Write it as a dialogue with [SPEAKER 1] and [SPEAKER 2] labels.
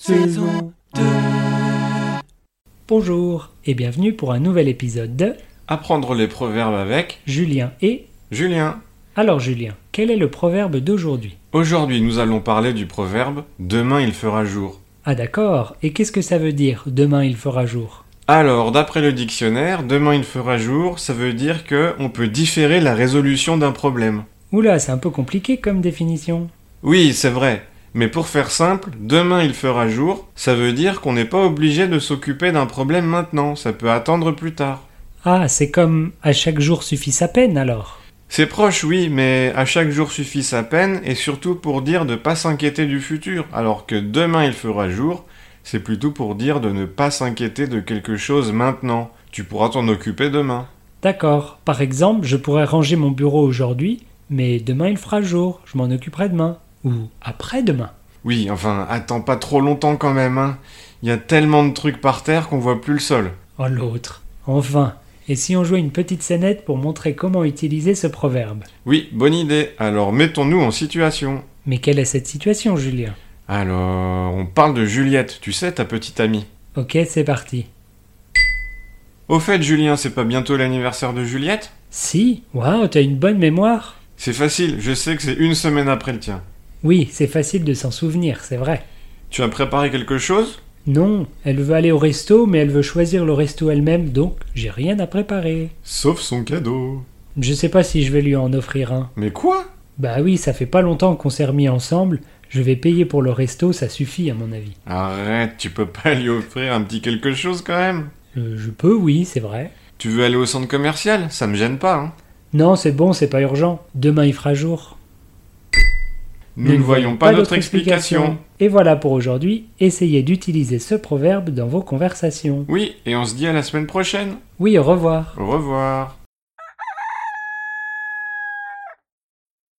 [SPEAKER 1] saison 2.
[SPEAKER 2] Bonjour et bienvenue pour un nouvel épisode de
[SPEAKER 1] Apprendre les proverbes avec
[SPEAKER 2] Julien et...
[SPEAKER 1] Julien.
[SPEAKER 2] Alors Julien, quel est le proverbe d'aujourd'hui
[SPEAKER 1] Aujourd'hui, nous allons parler du proverbe Demain il fera jour.
[SPEAKER 2] Ah d'accord, et qu'est-ce que ça veut dire demain il fera jour
[SPEAKER 1] Alors, d'après le dictionnaire, demain il fera jour, ça veut dire que on peut différer la résolution d'un problème.
[SPEAKER 2] Oula, c'est un peu compliqué comme définition.
[SPEAKER 1] Oui, c'est vrai. Mais pour faire simple, demain il fera jour, ça veut dire qu'on n'est pas obligé de s'occuper d'un problème maintenant, ça peut attendre plus tard.
[SPEAKER 2] Ah, c'est comme à chaque jour suffit sa peine alors.
[SPEAKER 1] C'est proche, oui, mais à chaque jour suffit sa peine, et surtout pour dire de pas s'inquiéter du futur, alors que demain il fera jour, c'est plutôt pour dire de ne pas s'inquiéter de quelque chose maintenant. Tu pourras t'en occuper demain.
[SPEAKER 2] D'accord, par exemple, je pourrais ranger mon bureau aujourd'hui, mais demain il fera jour, je m'en occuperai demain. Ou après-demain.
[SPEAKER 1] Oui, enfin, attends pas trop longtemps quand même, hein. Il y a tellement de trucs par terre qu'on voit plus le sol.
[SPEAKER 2] Oh l'autre. Enfin. Et si on jouait une petite scénette pour montrer comment utiliser ce proverbe
[SPEAKER 1] Oui, bonne idée. Alors mettons-nous en situation.
[SPEAKER 2] Mais quelle est cette situation, Julien
[SPEAKER 1] Alors, on parle de Juliette, tu sais, ta petite amie.
[SPEAKER 2] Ok, c'est parti.
[SPEAKER 1] Au fait, Julien, c'est pas bientôt l'anniversaire de Juliette
[SPEAKER 2] Si Waouh, t'as une bonne mémoire
[SPEAKER 1] C'est facile, je sais que c'est une semaine après le tien.
[SPEAKER 2] Oui, c'est facile de s'en souvenir, c'est vrai.
[SPEAKER 1] Tu as préparé quelque chose
[SPEAKER 2] Non, elle veut aller au resto, mais elle veut choisir le resto elle-même, donc j'ai rien à préparer.
[SPEAKER 1] Sauf son cadeau.
[SPEAKER 2] Je sais pas si je vais lui en offrir un.
[SPEAKER 1] Mais quoi
[SPEAKER 2] Bah oui, ça fait pas longtemps qu'on s'est remis ensemble, je vais payer pour le resto, ça suffit à mon avis.
[SPEAKER 1] Arrête, tu peux pas lui offrir un petit quelque chose quand même
[SPEAKER 2] Euh, je peux, oui, c'est vrai.
[SPEAKER 1] Tu veux aller au centre commercial Ça me gêne pas, hein
[SPEAKER 2] Non, c'est bon, c'est pas urgent. Demain il fera jour.
[SPEAKER 1] Nous ne voyons pas d'autre explication.
[SPEAKER 2] Et voilà pour aujourd'hui, essayez d'utiliser ce proverbe dans vos conversations.
[SPEAKER 1] Oui, et on se dit à la semaine prochaine.
[SPEAKER 2] Oui, au revoir.
[SPEAKER 1] Au revoir.